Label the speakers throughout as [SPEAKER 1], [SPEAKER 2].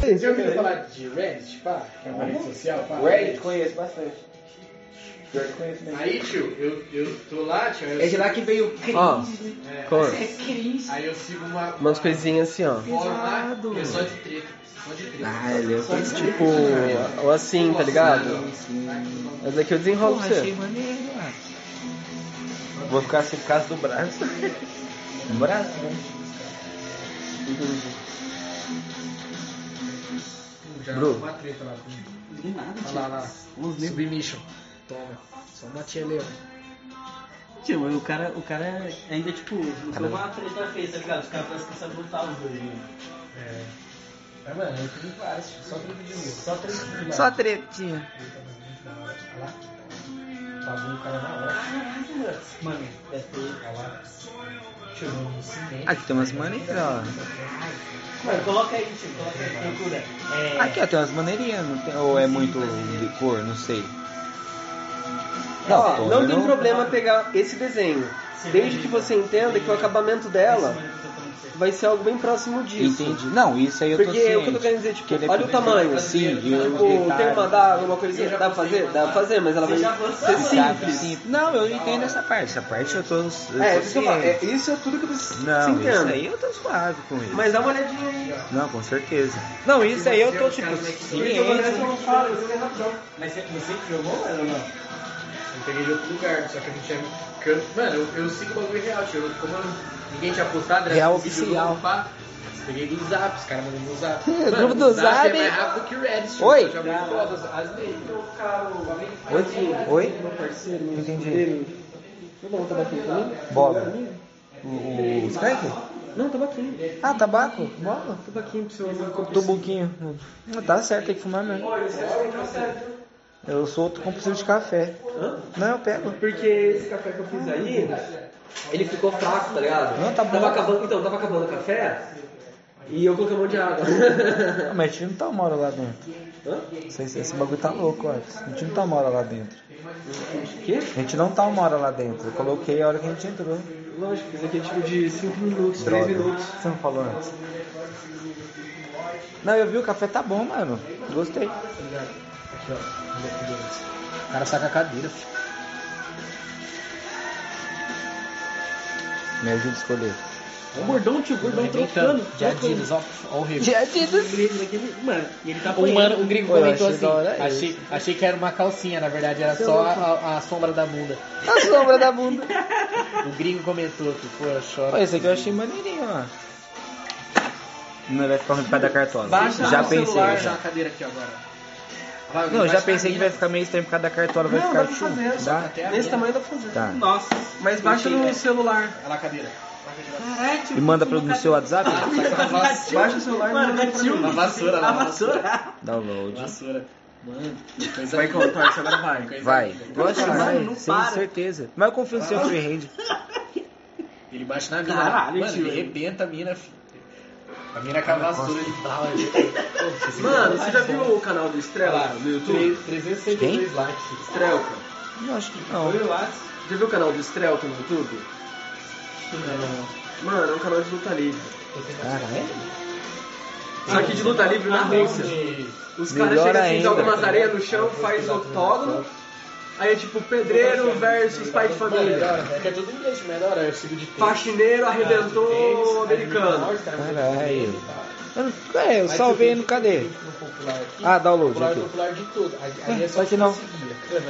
[SPEAKER 1] Você já ouviu falar de Reddit, pá? Que é uma rede social, pá?
[SPEAKER 2] Reddit conheço bastante. Pior que conheço mesmo.
[SPEAKER 1] Aí, tio, eu, eu tô lá, tio, aí
[SPEAKER 2] É
[SPEAKER 1] eu,
[SPEAKER 2] de lá que veio o cringe.
[SPEAKER 3] Ó,
[SPEAKER 1] é,
[SPEAKER 3] cor.
[SPEAKER 2] É cringe.
[SPEAKER 1] aí eu sigo uma...
[SPEAKER 3] Umas coisinhas assim, ó.
[SPEAKER 1] uma fórum lá,
[SPEAKER 3] Pesado.
[SPEAKER 1] que é só de treta, só de treta.
[SPEAKER 2] Ah, ele é
[SPEAKER 1] Só de treta,
[SPEAKER 3] Tipo,
[SPEAKER 1] cara.
[SPEAKER 3] ou assim, tá ligado?
[SPEAKER 1] Sim,
[SPEAKER 3] Mas aqui eu desenrolo pra
[SPEAKER 2] Porra, achei
[SPEAKER 3] você.
[SPEAKER 2] maneiro, mano.
[SPEAKER 3] Vou ficar
[SPEAKER 4] assim
[SPEAKER 3] sem casa do braço.
[SPEAKER 2] Um braço, né?
[SPEAKER 1] Já
[SPEAKER 3] Bru.
[SPEAKER 1] uma treta lá comigo.
[SPEAKER 2] Do nada,
[SPEAKER 1] Olha lá, lá.
[SPEAKER 2] Uns negros.
[SPEAKER 1] Submission. Toma. Só uma tia leão.
[SPEAKER 2] Tio, mas o cara, o cara ainda, tipo, não
[SPEAKER 5] Foi uma treta feia, tá ligado? Os caras parecem que sabotaram os dois, mano.
[SPEAKER 1] É. Mas, mano, eu tive várias, tio. Só treta de novo. Só treta de novo.
[SPEAKER 4] Só tretinha.
[SPEAKER 1] Pagou o cara é na hora.
[SPEAKER 5] Caralho, mano. Mano, deve ter.
[SPEAKER 1] Olha lá. Tirou no cimento.
[SPEAKER 4] Aqui tem umas maneiras, ó.
[SPEAKER 5] Mano, coloca aí, tio, coloca aí, procura. É.
[SPEAKER 4] Aqui, ó, tem umas maneirinhas, não tem- ou é muito de cor, não sei.
[SPEAKER 3] Ó,
[SPEAKER 4] pô,
[SPEAKER 3] não
[SPEAKER 4] eu
[SPEAKER 3] tem problema pegar esse desenho. Desde que você entenda que o acabamento dela vai ser algo bem próximo disso.
[SPEAKER 4] Entendi. Não, isso aí eu tô
[SPEAKER 3] Porque
[SPEAKER 4] ciente.
[SPEAKER 3] o que eu tô querendo dizer, tipo,
[SPEAKER 4] Que ele é
[SPEAKER 3] olha o
[SPEAKER 4] perfeito.
[SPEAKER 3] tamanho.
[SPEAKER 4] Sim,
[SPEAKER 3] tipo,
[SPEAKER 4] e o
[SPEAKER 3] tem uma
[SPEAKER 4] detalhe.
[SPEAKER 3] dá alguma coisinha, dá pra fazer? Dá pra fazer, mas ela vai
[SPEAKER 5] Você já
[SPEAKER 3] ser
[SPEAKER 5] gostou?
[SPEAKER 4] Sabe,
[SPEAKER 3] simples.
[SPEAKER 4] sim. tá Não, eu entendo essa parte. Essa parte eu tô. Eu
[SPEAKER 3] É,
[SPEAKER 4] tô
[SPEAKER 3] isso, que eu falo, é,
[SPEAKER 4] ciente.
[SPEAKER 3] isso é tudo que você
[SPEAKER 4] Não, isso
[SPEAKER 3] entende.
[SPEAKER 4] aí eu tô suave com isso.
[SPEAKER 3] Mas dá uma olhadinha aí. ó.
[SPEAKER 4] Não, com certeza. Não, isso aí eu tô tipo ciente.
[SPEAKER 5] Mas você, você que jogou, mano, ou não?
[SPEAKER 1] Eu peguei de outro lugar, só que a gente tinha. que eu- Mano, eu, eu sigo o bagulho real, tio. Eu- Como eu não- ninguém tinha postado, era
[SPEAKER 4] Real
[SPEAKER 1] um vídeo
[SPEAKER 4] oficial.
[SPEAKER 1] novo, pá. Peguei do zap, os caras mandam no zap.
[SPEAKER 4] grupo do
[SPEAKER 1] o
[SPEAKER 4] Zap,
[SPEAKER 1] É
[SPEAKER 4] hein?
[SPEAKER 1] mais rápido que o Reddit, tio.
[SPEAKER 4] Oi?
[SPEAKER 1] Eu Já vi todas as vezes.
[SPEAKER 4] Oi? Oi?
[SPEAKER 3] Meu parceiro, meu
[SPEAKER 4] Entendi.
[SPEAKER 3] parceiro. Meu irmão, tá tava aqui também?
[SPEAKER 4] Bola. O, o Skype?
[SPEAKER 3] Não, tá tava aqui.
[SPEAKER 4] Ah, tabaco? Bola?
[SPEAKER 3] Tava aqui pro seu amigo.
[SPEAKER 4] Tubuquinho. Ah, tá certo, tem que fumar mesmo. Eu sou outro compulsivo de café.
[SPEAKER 3] Hã?
[SPEAKER 4] Não, eu pego.
[SPEAKER 3] Porque esse café que eu fiz aí, ele ficou fraco, tá ligado?
[SPEAKER 4] Não, tá bom.
[SPEAKER 3] Tava acabando, então, tava acabando o café e eu coloquei um monte de água.
[SPEAKER 4] Ah, mas a gente não tá uma hora lá dentro.
[SPEAKER 3] Hã?
[SPEAKER 4] Esse, esse bagulho tá louco, ó. A gente não tá uma hora lá dentro.
[SPEAKER 3] Quê?
[SPEAKER 4] A gente não tá uma hora lá dentro. Eu coloquei a hora que a gente entrou.
[SPEAKER 3] Lógico, isso aqui é tipo de 5 minutos, 3
[SPEAKER 4] Droga.
[SPEAKER 3] minutos.
[SPEAKER 4] Você não falou antes. Não, eu vi o café tá bom, mano. Gostei.
[SPEAKER 1] Aqui, ó. Olha aqui dentro. O cara saca a cadeira, filho.
[SPEAKER 4] Me ajuda a escolher.
[SPEAKER 2] O gordão, tio, o
[SPEAKER 3] é
[SPEAKER 2] gordão
[SPEAKER 3] então,
[SPEAKER 2] trocando. trocando.
[SPEAKER 1] ó. Ó o rei.
[SPEAKER 4] é
[SPEAKER 2] Mano, e ele tá
[SPEAKER 1] Um,
[SPEAKER 2] apanhando.
[SPEAKER 1] mano, um gringo
[SPEAKER 4] Pô, eu
[SPEAKER 1] comentou
[SPEAKER 4] achei
[SPEAKER 1] assim,
[SPEAKER 4] da hora
[SPEAKER 1] achei, achei que era uma calcinha, na verdade era só a, a sombra da bunda.
[SPEAKER 4] A sombra da bunda.
[SPEAKER 1] O gringo comentou que, pô, eu choro.
[SPEAKER 4] Ó, esse aqui eu achei maneirinho, ó. Não vai ficar ruim por causa da cartola.
[SPEAKER 2] Baixa
[SPEAKER 4] já
[SPEAKER 2] no
[SPEAKER 4] pensei.
[SPEAKER 2] celular,
[SPEAKER 4] já.
[SPEAKER 1] a cadeira aqui agora.
[SPEAKER 4] Não, já pensei que vai ficar meio estranho por causa da cartola, vai
[SPEAKER 3] Não,
[SPEAKER 4] ficar
[SPEAKER 3] dá pra
[SPEAKER 4] chulo.
[SPEAKER 3] fazer, só
[SPEAKER 4] Dá?
[SPEAKER 3] Nesse é tamanho dá pra fazer.
[SPEAKER 4] Tá.
[SPEAKER 2] Nossa.
[SPEAKER 3] Mas baixa no celular.
[SPEAKER 1] Olha a cadeira.
[SPEAKER 2] Caralho, tio.
[SPEAKER 4] E manda pro, no seu WhatsApp?
[SPEAKER 3] Baixa o celular e
[SPEAKER 2] Mano,
[SPEAKER 3] manda pra
[SPEAKER 2] Matilde.
[SPEAKER 3] mim.
[SPEAKER 1] A vassoura lá,
[SPEAKER 2] A
[SPEAKER 1] a
[SPEAKER 2] vassoura.
[SPEAKER 4] Download.
[SPEAKER 1] Vassoura. Mano, coisa
[SPEAKER 3] Vai contar, isso agora vai.
[SPEAKER 1] coisa
[SPEAKER 4] Vai.
[SPEAKER 1] linda.
[SPEAKER 4] Eu acho que
[SPEAKER 2] Mano,
[SPEAKER 4] vai,
[SPEAKER 2] não
[SPEAKER 4] sem
[SPEAKER 2] para.
[SPEAKER 4] certeza. Mas eu confio no seu freehand.
[SPEAKER 1] Ele bate na mina.
[SPEAKER 2] Caralho,
[SPEAKER 1] mano,
[SPEAKER 2] tio.
[SPEAKER 1] ele arrebenta a mina. filho. A mina com a vassoura e tal. ele-
[SPEAKER 3] Mano, você já viu o canal do Estrela no YouTube?
[SPEAKER 1] Tre- 362 likes.
[SPEAKER 3] Strelka.
[SPEAKER 4] Eu acho que não.
[SPEAKER 3] Já viu o canal do Strelka no YouTube? Mano, é um canal de luta livre.
[SPEAKER 4] Caralho.
[SPEAKER 3] Só que de luta livre na Rússia. Os caras
[SPEAKER 4] Melhor
[SPEAKER 3] chegam assim,
[SPEAKER 4] ainda.
[SPEAKER 3] jogam umas areias no chão, faz octógono. Aí é tipo pedreiro versus pai de
[SPEAKER 4] né?
[SPEAKER 3] família.
[SPEAKER 1] É que é tudo inglês, mas é da hora. Eu sigo de texto.
[SPEAKER 3] Faxineiro arrebentou americano.
[SPEAKER 4] Caralho. Eu não- É, eu salvei no cadê? Ah, download
[SPEAKER 1] Popular,
[SPEAKER 4] aqui.
[SPEAKER 1] popular de tudo. Aí- Aí é só
[SPEAKER 4] Só que não.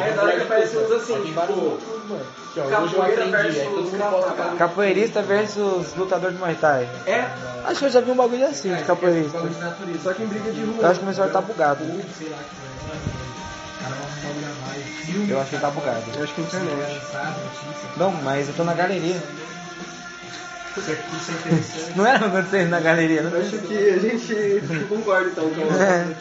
[SPEAKER 3] Aí na hora que aparece uns assim, tipo,
[SPEAKER 1] Hoje eu
[SPEAKER 3] capoeira
[SPEAKER 1] aprendi. Aí todo
[SPEAKER 3] versus
[SPEAKER 1] mundo
[SPEAKER 3] capa-
[SPEAKER 1] coloca.
[SPEAKER 4] Capoeirista versus lutador de Muay Thai.
[SPEAKER 3] É,
[SPEAKER 4] Acho que eu já vi um bagulho assim de capoeirista.
[SPEAKER 3] só que em briga de
[SPEAKER 4] Eu
[SPEAKER 3] rua.
[SPEAKER 4] acho que o meu celular tá bugado.
[SPEAKER 1] né?
[SPEAKER 4] Eu acho que tá bugado.
[SPEAKER 3] Eu acho que é internet.
[SPEAKER 4] Não, mas eu tô na galeria. é Não era pra acontecer na galeria,
[SPEAKER 3] Eu
[SPEAKER 4] né?
[SPEAKER 3] acho que a gente concorda então com
[SPEAKER 4] É.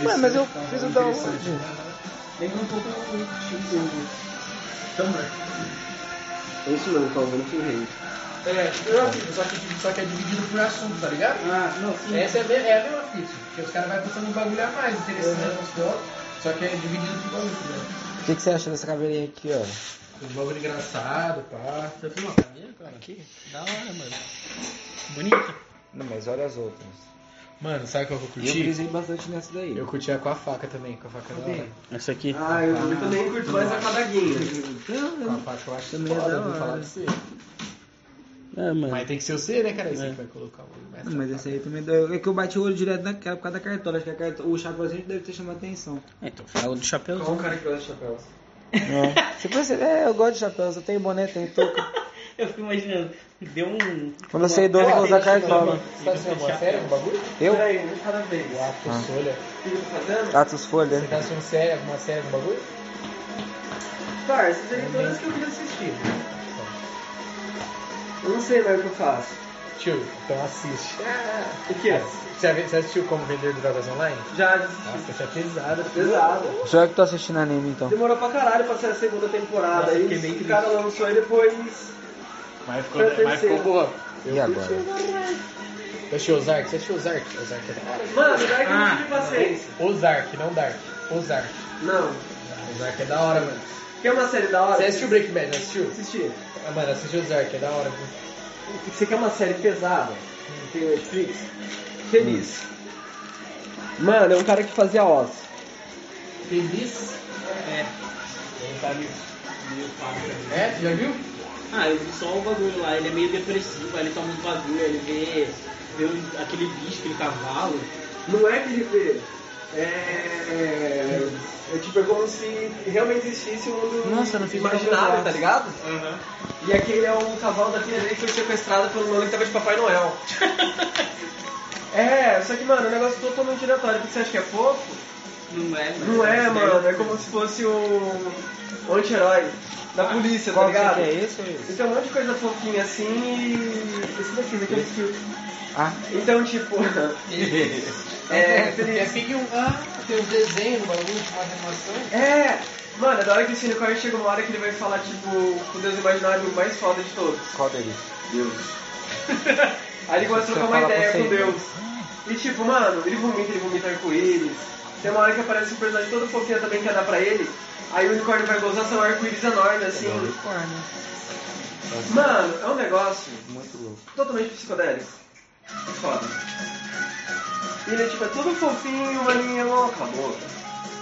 [SPEAKER 3] o
[SPEAKER 4] Ué, mas eu fiz o download.
[SPEAKER 3] Lembra um pouco tipo.
[SPEAKER 4] então.
[SPEAKER 3] É isso mesmo, Paulo, não tem jeito.
[SPEAKER 1] É, eu aviso, só que, só que é dividido por assunto, tá ligado?
[SPEAKER 2] Ah, não, sim.
[SPEAKER 1] Essa é, a me- é a mesma fita, porque os caras vão postando um bagulho a mais,
[SPEAKER 2] Uhum.
[SPEAKER 1] interessante nos fotos, só que é dividido por bagulho, né?
[SPEAKER 4] O que, que você acha dessa caveirinha aqui, ó?
[SPEAKER 1] Um bagulho engraçado, pá.
[SPEAKER 2] Você viu uma caveira, cara?
[SPEAKER 1] Da hora, mano. Bonito.
[SPEAKER 4] Não, mas olha as outras. Mano, sabe qual que eu
[SPEAKER 2] E eu
[SPEAKER 4] curti?
[SPEAKER 2] brisei bastante nessa daí.
[SPEAKER 4] Eu curtia com a faca também, com a faca da hora.
[SPEAKER 2] Essa aqui.
[SPEAKER 3] Ah, eu, eu também curto mais a cadaguinha.
[SPEAKER 4] Com a faca eu acho
[SPEAKER 2] Também é
[SPEAKER 4] foda,
[SPEAKER 2] da
[SPEAKER 4] eu vou
[SPEAKER 2] hora.
[SPEAKER 4] falar de você.
[SPEAKER 2] Ah, mano.
[SPEAKER 4] Mas tem que ser o C, né, cara? Você
[SPEAKER 2] É.
[SPEAKER 4] que vai colocar o olho mais
[SPEAKER 2] Não,
[SPEAKER 4] na
[SPEAKER 2] mas
[SPEAKER 4] faca.
[SPEAKER 2] essa aí também. deu- É que eu bati o olho direto naquela por causa da cartola. Acho que a cartola, o chapéuzinho deve ter chamado a atenção. Então, fala do
[SPEAKER 1] Qual
[SPEAKER 2] chapéuzinho.
[SPEAKER 1] o cara que gosta de chapéu?
[SPEAKER 4] É. Você percebe? É, eu gosto de chapéu, só tenho boné, tenho touca.
[SPEAKER 5] Eu fico imaginando, deu um.
[SPEAKER 4] Quando eu ser idoso, eu vou usar cartola.
[SPEAKER 2] é
[SPEAKER 5] Você tá sendo uma
[SPEAKER 1] sério com o bagulho?
[SPEAKER 4] Eu?
[SPEAKER 1] Peraí, um de cada vez.
[SPEAKER 4] Ah. Folha. Atos Folha.
[SPEAKER 1] Você tá assistindo série, alguma série, algum bagulho?
[SPEAKER 3] Cara, essas aí todas que eu queria assistir. Eu não sei mais o que eu faço.
[SPEAKER 4] Tio, então assiste.
[SPEAKER 3] O que é?
[SPEAKER 4] Você já- você assistiu Como Vender Drogas Online?
[SPEAKER 3] Já assisti.
[SPEAKER 4] Nossa, essa é pesada.
[SPEAKER 3] Pesada.
[SPEAKER 4] Só eu que tô assistindo anime, então.
[SPEAKER 3] Demorou pra caralho pra sair a segunda temporada.
[SPEAKER 4] Nossa,
[SPEAKER 3] Aí
[SPEAKER 4] fiquei bem
[SPEAKER 3] os
[SPEAKER 4] triste.
[SPEAKER 3] caras lançou aí depois.
[SPEAKER 4] Mas
[SPEAKER 3] ficou- Pra mas terceira. ficou
[SPEAKER 4] boa.
[SPEAKER 2] E agora?
[SPEAKER 4] Você assistiu Ozark? Você assistiu Ozark? Ozark é da hora.
[SPEAKER 3] Mano, daí que eu
[SPEAKER 2] Ah.
[SPEAKER 3] não tive paciência.
[SPEAKER 4] Ozark, não Dark. Ozark.
[SPEAKER 3] Não.
[SPEAKER 4] Ozark é da hora, mano.
[SPEAKER 3] Quer uma série da hora?
[SPEAKER 4] Você assistiu Breaking Bad, não assistiu?
[SPEAKER 3] Assistir.
[SPEAKER 4] Ah, Mano, assistiu Ozark, é da hora. viu?
[SPEAKER 3] Você quer uma série pesada? Tem Netflix?
[SPEAKER 4] Hum.
[SPEAKER 3] Feliz. Mano, é um cara que fazia Oz.
[SPEAKER 4] Feliz?
[SPEAKER 1] É,
[SPEAKER 4] né?
[SPEAKER 1] tu já viu?
[SPEAKER 5] Ah, eu vi só o bagulho lá, ele é meio depressivo, aí ele toma uns bagulho, ele vê, vê o- aquele bicho, aquele cavalo.
[SPEAKER 3] Não é que ele vê. É. É tipo, é como se realmente existisse um mundo
[SPEAKER 4] Nossa, eu não fiz
[SPEAKER 3] imaginário,
[SPEAKER 4] nada.
[SPEAKER 3] tá ligado? E aquele é um cavalo da filha dele que foi sequestrado pelo mano que tava de Papai Noel. é, só que, mano, é um negócio totalmente aleatório. Porque você acha que é fofo?
[SPEAKER 5] Não é,
[SPEAKER 3] Não é, mano. É como se fosse o anti-herói da polícia, tá
[SPEAKER 4] Ah, Qual que
[SPEAKER 3] ligado?
[SPEAKER 4] é esse? ou esse?
[SPEAKER 3] Então um monte de coisa fofinha assim e. Esse daqui, daqui é skill.
[SPEAKER 4] Ah.
[SPEAKER 3] Então, tipo. é, feliz.
[SPEAKER 1] Tem um, ah, tem um desenho no bagulho,
[SPEAKER 4] tipo,
[SPEAKER 1] uma animação.
[SPEAKER 3] É! Mano, da hora que esse unicórnio chega uma hora que ele vai falar, tipo, o Deus imaginário mais foda de todos.
[SPEAKER 4] Qual deles?
[SPEAKER 3] Aí ele começa a trocar uma
[SPEAKER 4] Fala
[SPEAKER 3] ideia
[SPEAKER 4] você,
[SPEAKER 3] com Deus. E tipo, mano, ele vomita, ele vomita arco-íris. Tem uma hora que aparece um personagem todo fofinho também que ia dar pra ele. Aí o unicórnio vai gozar seu arco-íris enorme, assim.
[SPEAKER 4] né,
[SPEAKER 3] Mano, é um negócio
[SPEAKER 4] Muito louco.
[SPEAKER 3] totalmente psicodélico. Foda. E ele, tipo, é todo fofinho, maninha, louca, acabou.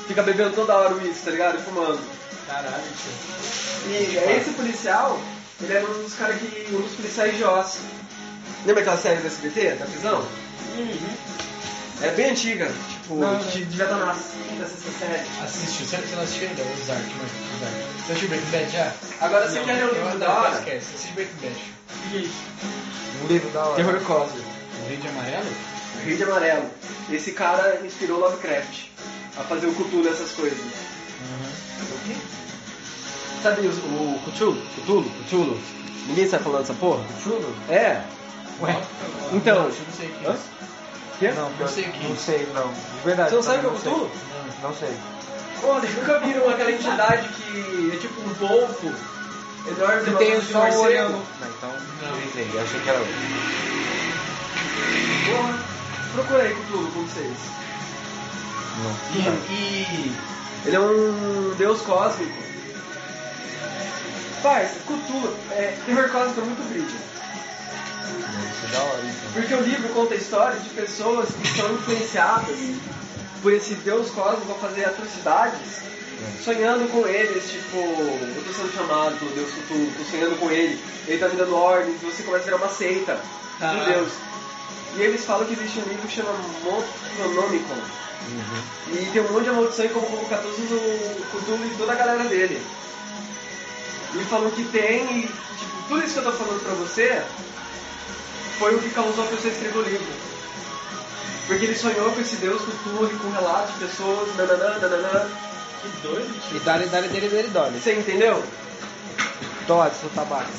[SPEAKER 3] Fica bebendo toda hora o uísque, tá ligado? E fumando.
[SPEAKER 1] Caralho, tio.
[SPEAKER 3] E é esse policial, ele era um dos caras que. um dos policiais de Oz. Lembra aquela série do SBT, da prisão? É bem antiga, tipo,
[SPEAKER 4] Não,
[SPEAKER 3] de- devia estar na quinta, sexta série.
[SPEAKER 4] Assistiu, você não assistiu ainda? Ozark, mano. Ozark. Você assistiu Breaking Bad já?
[SPEAKER 3] Agora você quer ler um
[SPEAKER 4] Eu
[SPEAKER 3] livro
[SPEAKER 4] não,
[SPEAKER 3] da hora?
[SPEAKER 4] Esquece, assiste Breaking Bad.
[SPEAKER 3] Um livro da hora. Terror Cósmico.
[SPEAKER 4] O Verde Amarelo?
[SPEAKER 3] Verde e Amarelo. Esse cara inspirou Lovecraft a fazer o Cthulhu e essas coisas. Uhum. Sabe o, o Cthulhu? Cthulhu? Cthulhu? Ninguém sabe falando essa porra?
[SPEAKER 4] Chulo?
[SPEAKER 3] É.
[SPEAKER 4] Ué?
[SPEAKER 3] Então.
[SPEAKER 4] Não, eu não sei o que é
[SPEAKER 3] Hã?
[SPEAKER 4] isso.
[SPEAKER 3] Quê?
[SPEAKER 4] Não,
[SPEAKER 1] Não sei o que é
[SPEAKER 4] Não
[SPEAKER 1] isso.
[SPEAKER 4] sei, não. De verdade.
[SPEAKER 3] Você não sabe o
[SPEAKER 4] também
[SPEAKER 3] que é o
[SPEAKER 4] sei. Hum, Não, não sei.
[SPEAKER 3] Pô, vocês nunca viram aquela entidade que é tipo um polvo enorme
[SPEAKER 4] Que
[SPEAKER 3] uma
[SPEAKER 4] tem
[SPEAKER 3] boca
[SPEAKER 4] só um olhão.
[SPEAKER 2] Não, então.
[SPEAKER 4] Não, não sei. Eu achei que era outro.
[SPEAKER 3] Porra, procurei com tudo com vocês.
[SPEAKER 4] Não.
[SPEAKER 3] Ele é um deus cósmico. Parça, Cthulhu, é, terror cósmico é muito brilho.
[SPEAKER 4] Isso é da hora, então.
[SPEAKER 3] Porque o livro conta histórias de pessoas que são influenciadas por esse deus cósmico a fazer atrocidades, sonhando com eles, tipo, eu tô sendo chamado pelo deus Cthulhu, tô sonhando com ele, ele tá me dando ordens, você começa a virar uma seita do
[SPEAKER 5] Caralho.
[SPEAKER 3] deus. E eles falam que existe um livro que chama Motonomicon,
[SPEAKER 4] Uhum.
[SPEAKER 3] e tem um monte de maldição e como convocar todos o Cthulhu e toda a galera dele. E falou que tem, e tipo, tudo isso que eu tô falando pra você foi o que causou que você escreveu o livro. Porque ele sonhou com esse deus Cthulhu, e com relatos de pessoas, nananã, nananã.
[SPEAKER 5] Que doido,
[SPEAKER 4] E dale, dale, dele, dele, dole.
[SPEAKER 3] Você entendeu?
[SPEAKER 4] Dole, seu tabaco.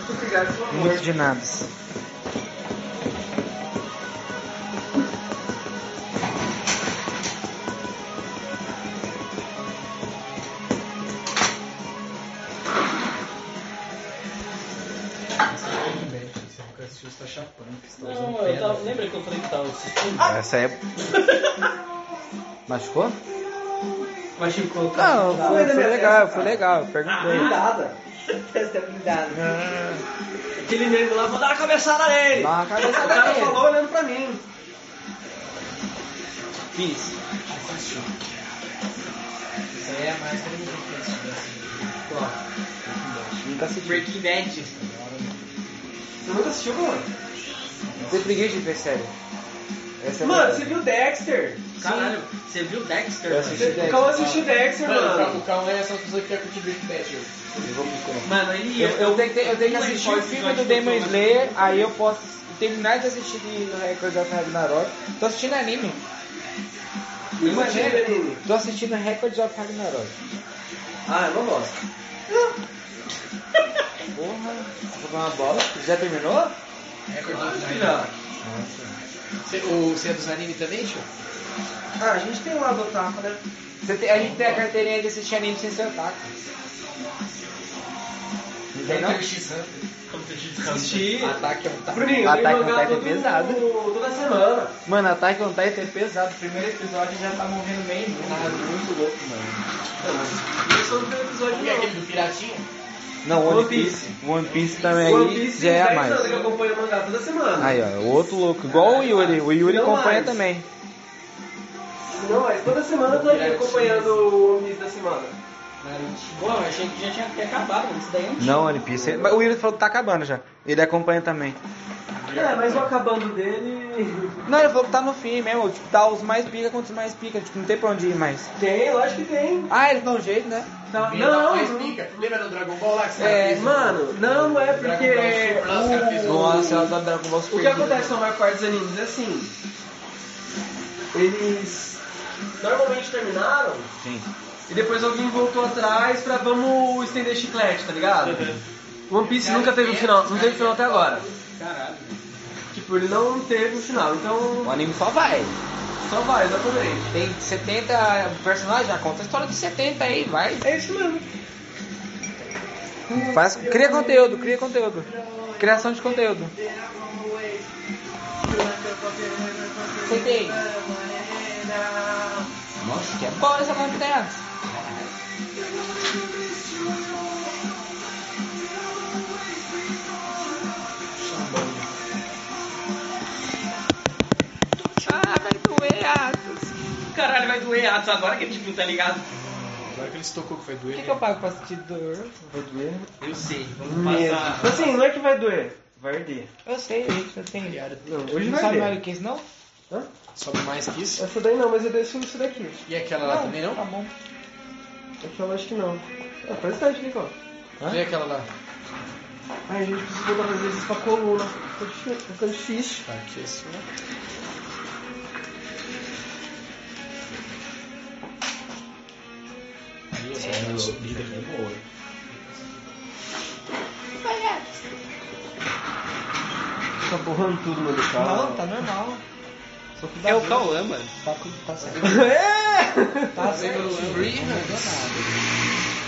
[SPEAKER 3] Muito obrigado, por favor.
[SPEAKER 4] Muito de nada.
[SPEAKER 1] Breaking Bad, tio. Você nunca assistiu, você tá chapando, que você tá usando
[SPEAKER 5] Não, eu
[SPEAKER 1] pedra.
[SPEAKER 5] tava. Lembra que eu falei que tava assistindo?
[SPEAKER 4] Essa é... Machucou?
[SPEAKER 5] Mas tipo, eu
[SPEAKER 3] tá?
[SPEAKER 5] tava-
[SPEAKER 4] Não, foi, foi legal, foi legal. Eu perguntei.
[SPEAKER 3] Ah, Blindada.
[SPEAKER 4] tá
[SPEAKER 5] Essa é blindada.
[SPEAKER 3] Aquele nego lá, vou dar a cabeçada nele.
[SPEAKER 4] Dá uma
[SPEAKER 3] O
[SPEAKER 4] cabeça
[SPEAKER 3] cara
[SPEAKER 4] nele.
[SPEAKER 3] falou olhando pra mim.
[SPEAKER 4] Fiz.
[SPEAKER 6] Isso aí é mais tremendo que esse Brasil.
[SPEAKER 4] Nunca assisti.
[SPEAKER 5] Breaking Bad.
[SPEAKER 3] Você nunca assistiu, mano?
[SPEAKER 4] Tem preguiça de ver sério. Essa é a
[SPEAKER 3] Mano,
[SPEAKER 4] verdade.
[SPEAKER 3] você viu Dexter?
[SPEAKER 5] Caralho, você viu Dexter?
[SPEAKER 4] Eu
[SPEAKER 5] mano?
[SPEAKER 4] assisti.
[SPEAKER 3] Você- O Cauã assistiu Dexter,
[SPEAKER 1] Mano,
[SPEAKER 3] mano.
[SPEAKER 1] o Calma é essa pessoa que quer curtir Breaking Bad. eu-
[SPEAKER 4] Eu vou pro cão.
[SPEAKER 5] Mano, ele é
[SPEAKER 4] Eu, eu tentei- eu tenho que
[SPEAKER 5] Não, ele
[SPEAKER 4] assistir
[SPEAKER 5] só
[SPEAKER 4] o filme do
[SPEAKER 5] episódio
[SPEAKER 4] Demon
[SPEAKER 5] todo, né?
[SPEAKER 4] Slayer, aí eu posso terminar de assistir de Record of Ragnarok. Tô assistindo anime.
[SPEAKER 3] Imagina, anime.
[SPEAKER 4] Tô assistindo Record of Ragnarok.
[SPEAKER 3] Ah, eu não gosto.
[SPEAKER 4] Porra, vou jogar uma bola. Já terminou?
[SPEAKER 1] Record of
[SPEAKER 3] Acho que
[SPEAKER 1] Time.
[SPEAKER 3] já.
[SPEAKER 1] Cê- o- Você é dos anime também, tio?
[SPEAKER 3] Ah, a gente tem um lado otaku, né?
[SPEAKER 4] Você tem- a gente tem a carteirinha de assistir anime sem ser otaku. Não tem não?
[SPEAKER 1] Hunter x Hunter.
[SPEAKER 3] Assisti.
[SPEAKER 1] Ataque é um taco.
[SPEAKER 3] Bruninho, eu li
[SPEAKER 4] Attack on
[SPEAKER 3] mangá
[SPEAKER 4] Titan é
[SPEAKER 3] todo-
[SPEAKER 4] pesado.
[SPEAKER 3] toda semana.
[SPEAKER 4] Mano, Attack on Titan é pesado. Primeiro episódio já tá morrendo meio mundo. Tá muito louco, mano.
[SPEAKER 3] Eu sou do primeiro episódio,
[SPEAKER 1] Como é
[SPEAKER 3] não.
[SPEAKER 1] aquele do Piratinha?
[SPEAKER 4] Não,
[SPEAKER 3] One
[SPEAKER 4] One Piece. One Piece também
[SPEAKER 3] One
[SPEAKER 4] aí
[SPEAKER 3] Piece
[SPEAKER 4] já é a
[SPEAKER 3] dez
[SPEAKER 4] mais.
[SPEAKER 3] anos que acompanha o mangá toda semana.
[SPEAKER 4] Aí, ó, é o outro louco. Igual o Yuri. O Yuri
[SPEAKER 3] Não
[SPEAKER 4] acompanha
[SPEAKER 3] mais.
[SPEAKER 4] também.
[SPEAKER 3] Não, mas toda semana eu tô aqui acompanhando o One Piece da semana.
[SPEAKER 5] Pô, eu achei que já tinha até acabado, mano. Isso daí é um
[SPEAKER 4] Não, One Piece. Mas o Yuri falou que tá acabando já. Ele acompanha também.
[SPEAKER 3] É, mas o acabando dele.
[SPEAKER 4] Não, ele falou que tá no fim mesmo. Tipo, tá os mais pica contra os mais pica. Tipo, não tem pra onde ir mais.
[SPEAKER 3] Tem, lógico que tem.
[SPEAKER 4] Ah, eles dão um jeito, né?
[SPEAKER 3] Tá-
[SPEAKER 1] Ele dá
[SPEAKER 3] Não,
[SPEAKER 1] mais
[SPEAKER 3] não.
[SPEAKER 1] pica. Lembra do Dragon Ball lá que
[SPEAKER 3] É,
[SPEAKER 1] saiu?
[SPEAKER 3] mano, não, não é porque.
[SPEAKER 1] Dragon Ball Super, lá os caras fez
[SPEAKER 3] o-
[SPEAKER 1] um-
[SPEAKER 4] Nossa, ela dá Dragon Ball
[SPEAKER 3] O que acontece na maior parte dos animes é assim. Eles normalmente terminaram
[SPEAKER 4] Sim.
[SPEAKER 3] e depois alguém voltou atrás pra vamos estender chiclete, tá ligado?
[SPEAKER 1] Uhum.
[SPEAKER 3] One Piece nunca teve um final,
[SPEAKER 1] é
[SPEAKER 3] não teve final até agora.
[SPEAKER 5] caralho.
[SPEAKER 3] Tipo, ele não teve um final,
[SPEAKER 4] O
[SPEAKER 3] então
[SPEAKER 4] anime só vai.
[SPEAKER 3] só vai, exatamente.
[SPEAKER 4] Tem 70 personagens, já conta a história dos 70 aí, vai.
[SPEAKER 3] É isso mesmo.
[SPEAKER 4] Faz, cria conteúdo, cria conteúdo. Criação de conteúdo. Você tem. Nossa, que é boa essa lanterna. Ah, vai doer, Atos.
[SPEAKER 5] Caralho, vai doer Atos agora que a gente não tá ligado.
[SPEAKER 1] Agora que ele se tocou que foi
[SPEAKER 4] O
[SPEAKER 1] doer.
[SPEAKER 4] que, que eu pago pra assistir dor?
[SPEAKER 5] Eu sei, vamos passar.
[SPEAKER 3] Assim, não é que vai doer, vai arder.
[SPEAKER 4] Eu sei, gente, eu tenho.
[SPEAKER 3] Não, é
[SPEAKER 4] Hoje
[SPEAKER 3] hoje
[SPEAKER 4] não
[SPEAKER 3] vai
[SPEAKER 4] sabe
[SPEAKER 3] arder.
[SPEAKER 4] mais o que isso, não?
[SPEAKER 1] Sobe mais que isso.
[SPEAKER 3] Essa daí não, mas eu deixo isso daqui.
[SPEAKER 1] E aquela lá também não?
[SPEAKER 4] Tá bom.
[SPEAKER 3] Aquela acho que não. Ah, faz tarde, Nicole.
[SPEAKER 1] Vem aquela lá.
[SPEAKER 3] Ai, gente, preciso voltar às vezes pra coluna. Tá difí- tá ficando difícil.
[SPEAKER 1] Tá aqui assim, ó. Aí, essa é uma subida aqui é boa.
[SPEAKER 3] Tá borrando tudo no meu
[SPEAKER 4] Não, tá normal.
[SPEAKER 5] É o Cauã, mano.
[SPEAKER 4] Tá, com- tá certo.
[SPEAKER 3] É!
[SPEAKER 4] Tá certo.
[SPEAKER 1] Free, né?